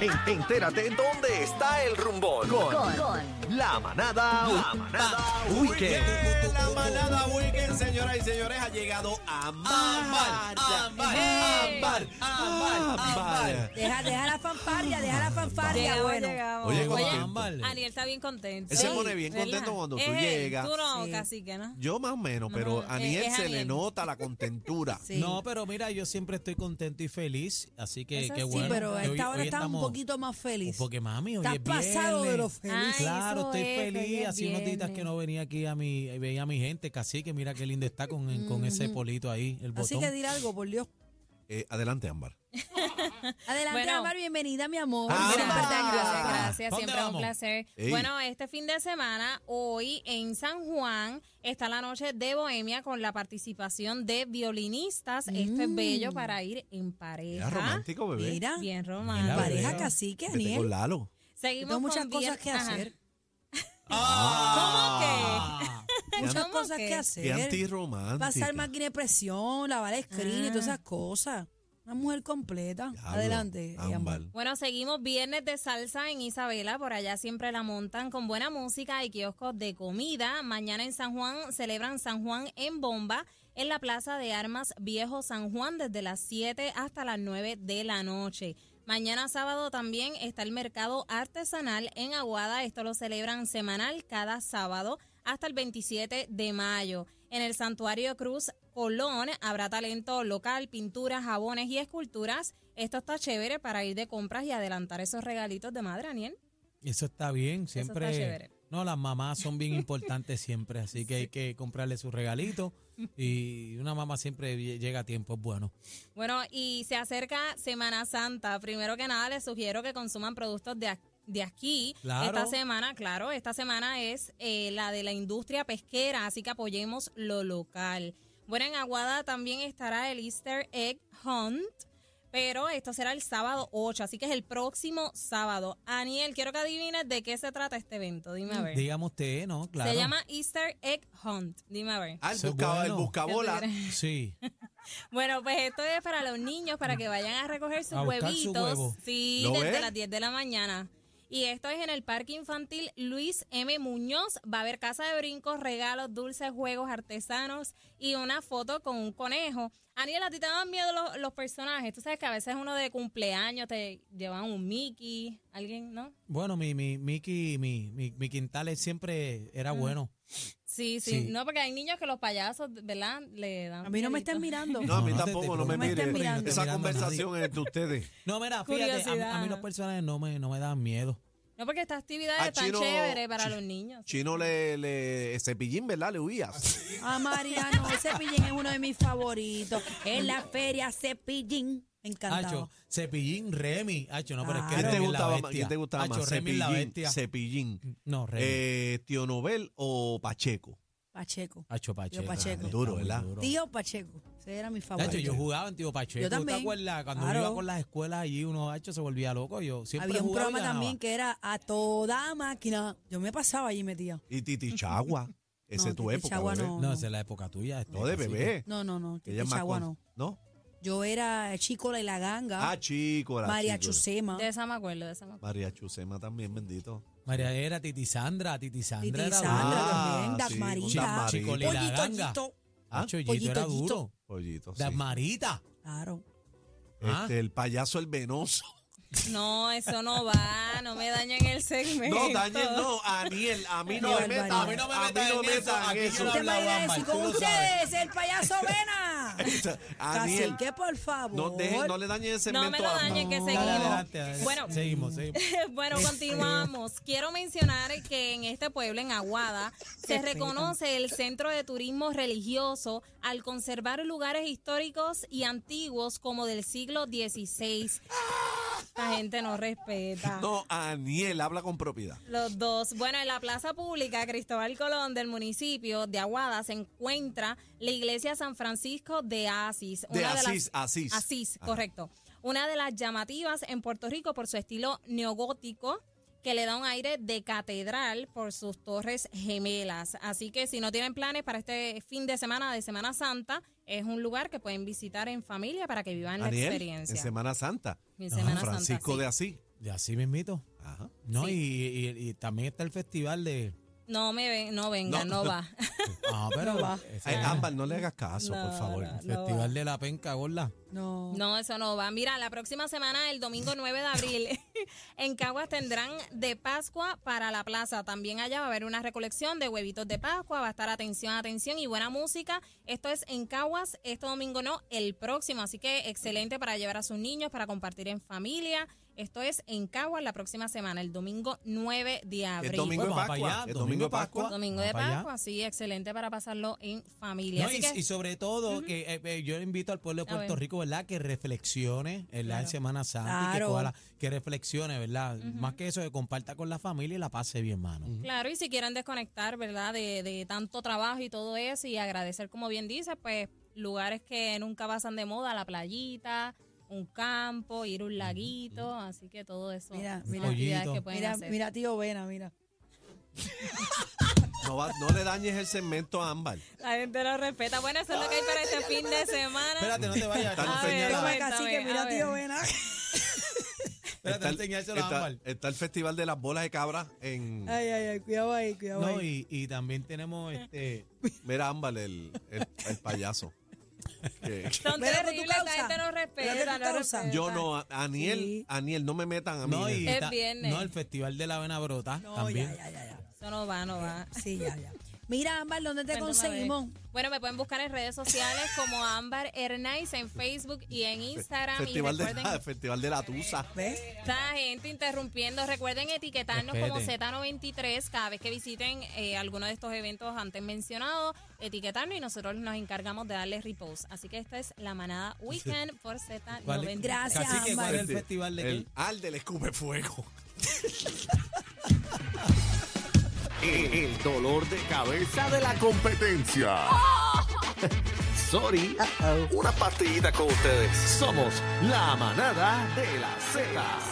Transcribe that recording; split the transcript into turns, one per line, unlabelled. En- Entérate dónde está el rumbón con, la manada, la manada Weekend.
La manada Weekend, señoras y señores, ha llegado a
Ah,
Ambar. Ambar.
eh,
Ambar. Ambar.
Deja, deja la fanfarria, deja la fanfarria, bueno.
Oye,
Oye,
contento.
Aniel está bien contento.
Él se pone bien
¿verdad?
contento cuando tú
Es él,
llegas.
Tú no,
Sí.
casi que no.
Yo más o menos, pero
No,
a Aniel
eh, es- es
se le
Aniel.
nota la contentura.
Sí.
No, pero mira, yo siempre estoy contento y feliz, así que
Eso
qué
sí,
bueno.
sí, pero a
que hoy-
esta hora
hoy
estás un
estamos-
poquito más feliz.
Porque mami, hoy
Estás
es
pasado de
viernes.
lo feliz.
Ay,
Claro,
eso
estoy
es, hoy
feliz.
es
Hace unos días
viernes.
que no venía aquí a mi, eh, veía a mi gente, casi que mira qué lindo está con, con ese polito ahí, el
Así
botón.
que dirá algo, por Dios.
Eh, adelante, Ámbar.
Adelante,
Bueno.
Amar, bienvenida, mi amor.
Ah,
Gracias,
Ambar.
gracias,
Ah.
gracias.
¿Dónde
Siempre un
vamos?
placer.
Ey.
Bueno, este fin de semana, hoy en San Juan, está la noche de Bohemia con la participación de violinistas. Esto
Mm.
es bello para ir en
Era
pareja.
romántico, bebé.
Mira,
Bien romántico.
Mira,
pareja
veo.
cacique,
Vete con
Aniel.
Lalo.
Seguimos
Tengo muchas
con
cosas
vier-
que
Ajá.
hacer.
Ah.
Muchas
¿Cómo
cosas
que?
que,
Ah, Qué
Qué
hacer.
antirromántico.
Pasar máquina de presión, lavar screen y
Ah.
todas esas cosas. Una mujer completa. Adelante,
Ámbar.
Amar.
Bueno, seguimos viernes de salsa en Isabela, por allá siempre la montan con buena música y kioscos de comida. Mañana en San Juan celebran San Juan en Bomba en la Plaza de Armas Viejo San Juan desde las 7 hasta las 9 de la noche. Mañana sábado también está el mercado artesanal en Aguada. Esto lo celebran semanal cada sábado hasta el 27 de mayo. En el Santuario Cruz Colón habrá talento local, pinturas, jabones y esculturas. Esto está chévere para ir de compras y adelantar esos regalitos de madre, Aniel.
Eso está bien, siempre.
está chévere.
no, las mamás son bien importantes siempre, así que hay que comprarle sus regalitos y una mamá siempre lle- llega a tiempo, es bueno.
Bueno, y se acerca Semana Santa. Primero que nada, les sugiero que consuman productos de, ac- de aquí.
Claro.
Esta semana, claro, esta semana es eh, la de la industria pesquera, así que apoyemos lo local. Bueno, en Aguada también estará el Easter Egg Hunt, pero esto será el sábado 8, así que es el próximo sábado. Aniel, quiero que adivines de qué se trata este evento. Dime a ver.
Dígame usted, ¿no? Claro.
Se llama Easter Egg Hunt. Dime a ver.
Ah, el
Eso es
buscaba- el
bueno.
buscabola.
Sí.
Bueno, pues esto es para los niños, para que vayan a recoger sus
A buscar
huevitos.
su huevo.
Sí,
¿Lo
desde
ves?
las 10 de la mañana. Y esto es en el Parque Infantil Luis M. Muñoz. Va a haber casa de brincos, regalos, dulces, juegos, artesanos y una foto con un conejo. Aniel, a ti te dan miedo los, los personajes. Tú sabes que a veces uno de cumpleaños te llevan un Mickey, alguien, ¿no?
Bueno, mi, mi, Mickey, mi, mi, mi Quintales siempre era
Mm.
bueno.
Sí, sí,
Sí.
No, porque hay niños que los payasos, ¿verdad? Le dan.
A mí no me
miedito.
están mirando.
No, a mí
No, no te-
tampoco,
te-
no me
no me
estén
mire.
mirando.
Esa
Mirando a nadie.
conversación es de ustedes.
No, mira, fíjate, a- a,
Curiosidad.
mí los personajes no me, no me dan miedo.
No, porque esta actividad
Ah,
es tan
Chino-
chévere para
Chi-
los niños.
Chino le, le cepillín, ¿verdad? Le huías.
A Mariano, Cepillín es uno de mis favoritos. En la feria, Cepillín. Encantado.
Hacho, Cepillín, Remy. Hacho, no, pero es que
Claro.
Ah, ¿Quién te
Remy es la
gustaba más?
bestia.
¿Quién te gustaba
Hacho,
más?
Remy es la
Cepillín,
bestia.
cepillín.
No, Remy.
Eh, ¿Tío Nobel o Pacheco?
Pacheco.
Hacho Pacheco.
Pacheco.
también,
Duro,
está muy
¿verdad?
Tío Pacheco. Ese era mi
Hacho,
favorito.
yo jugaba en Tío Pacheco.
Yo
¿tú
también.
te acuerdas? Cuando
Claro.
yo iba con las escuelas allí, uno, Hacho, se volvía loco. Yo siempre
Había un
jugaba y
programa
ganaba.
también que era a toda máquina. Yo me pasaba allí metía.
Y Titi Chagua. Esa
No,
es tu
Titi
época,
Chagua
bebé.
no.
No, esa es la época tuya. este,
No, de
cacique.
bebé.
No, no, no.
Ella es más
Chagua
con-
no.
¿No?
Yo era Chicola y la ganga.
Ah, chico. la
María
chico.
Chusema.
De esa me acuerdo, de esa me acuerdo.
María Chusema también, bendito.
María era Titi Sandra. Titi Sandra
Titi
era
Sandra
dura.
también.
Ah, sí, con
Dagmarita.
Dagmarita.
Chico Lila
Pollito,
Ganga.
Ollito.
Ah,
Hacho, Yito era
Pollito, Yito.
duro.
Pollito, sí.
Las Marita.
Claro.
Ah.
Este, el payaso el venoso.
No, eso no va, no me dañen el segmento.
No, Daniel, no, Aniel, a mí no
Qué
me
barbaridad.
metan, a mí no me metan en eso,
aquí yo
eso.
no
Usted me iba a
Ámbar,
decir
tú
con
lo
ustedes, el payaso Vena.
Aniel,
Cacique, por favor.
no, dejen, no le dañen ese
No me lo dañen, que
Dale,
seguimos.
adelante, adelante.
Bueno.
seguimos, seguimos.
Bueno,
Este,
continuamos. Quiero mencionar que en este pueblo, en Aguada, se reconoce el centro de turismo religioso al conservar lugares históricos y antiguos como del siglo XVI. Esta gente no respeta.
No, Aniel, habla con propiedad.
Los dos. Bueno, en la plaza pública Cristóbal Colón del municipio de Aguada se encuentra la iglesia San Francisco de Asís.
De
las-
Asís, Asís.
Asís,
Ajá.
correcto. Una de las llamativas en Puerto Rico por su estilo neogótico que le da un aire de catedral por sus torres gemelas. Así que si no tienen planes para este fin de semana de Semana Santa, es un lugar que pueden visitar en familia para que vivan la
Aniel, en
experiencia.
Semana Santa.
En Semana Santa,
Francisco
sí.
de Asís.
de así mismito.
Ajá.
No, y, y- y también está el festival de.
No me ven, no venga,
No.
no, va.
Ah, pero.
No va.
ese
Ay,
es el
Ámbar, no le hagas caso, por
No,
favor.
no, no.
festival de la penca, gorda.
No.
No, eso no va. Mira, la próxima semana, el domingo 9 de abril, en Caguas tendrán de Pascua para la plaza. También allá va a haber una recolección de huevitos de Pascua. Va a estar atención, atención y buena música. Esto es en Caguas, este domingo no, el próximo. Así que excelente para llevar a sus niños, para compartir en familia. Esto es en Caguas la próxima semana, el domingo 9 de
Que
abril.
Es domingo de
Pues va
Pascua.
pa' allá,
es domingo de Pascua.
Domingo
Va
de
pa' allá.
Pascua, sí, excelente para pasarlo en familia.
No,
Así
y,
que-
y sobre todo, que eh, eh, yo invito al pueblo de
A ver.
Puerto Rico, ¿verdad? Que reflexione en la
Claro.
Semana Santa y que,
Claro.
coja la- que reflexione, ¿verdad? Más que eso, que comparta con la familia y la pase bien, mano.
Claro, y si quieren desconectar, ¿verdad? De, de tanto trabajo y todo eso y agradecer, como bien dice, pues lugares que nunca pasan de moda, la playita, un campo, ir a un laguito, así que todo eso.
Mira,
son
mira.
actividades
Pollito.
que pueden
Mira,
hacer.
mira, tío Vena, mira.
No, va- no le dañes el segmento a Ámbar.
La gente lo respeta. Bueno, eso es lo que hay para este fin de semana.
Espérate, no te vayas.
Está
no
A
te
ver,
enseñes la-
a ver.
Toma, cacique,
Cuéntame, a
mira, tío
ver.
Vena.
Espérate, no enseñárselo a
está-
Ámbar.
está el Festival de las Bolas de Cabra en...
Ay, ay, ay, cuidado ahí, cuidado
No,
ahí.
y, y también tenemos este.
Mira Ámbar, el, el, el payaso. Que-
Son
Mira con tu
terribles, la
causa.
gente lo
Mira
respeta.
con tu
lo
causa.
respeta.
yo no, a- Aniel,
Sí.
Aniel, no me metan a mí.
No, y
Es
ta-
viernes.
no, el Festival de la Avena Brota
No,
también.
ya, ya, ya, ya.
Eso no va, no va.
Sí, ya, ya. Mira, Ámbar, ¿dónde te
Cuéntame,
conseguimos?
Bueno, me pueden buscar en redes sociales como Ámbar Hernández en Facebook y en Instagram.
Festival,
y
de
recuerden
la, Festival de la Tusa.
¿Ves?
Esta gente interrumpiendo. Recuerden etiquetarnos como
Respeten.
Z93 cada vez que visiten eh, alguno de estos eventos antes mencionados. Etiquetarnos y nosotros nos encargamos de darles repost. Así que esta es la manada Weekend por
¿Cuál es?
Z93.
Gracias,
Cacique, ¿cuál es el
Festi-
festival de qué?
el, Al del Escupe Fuego.
El, el dolor de cabeza de la competencia. Sorry. Una partidita con ustedes. Somos la manada de la Z.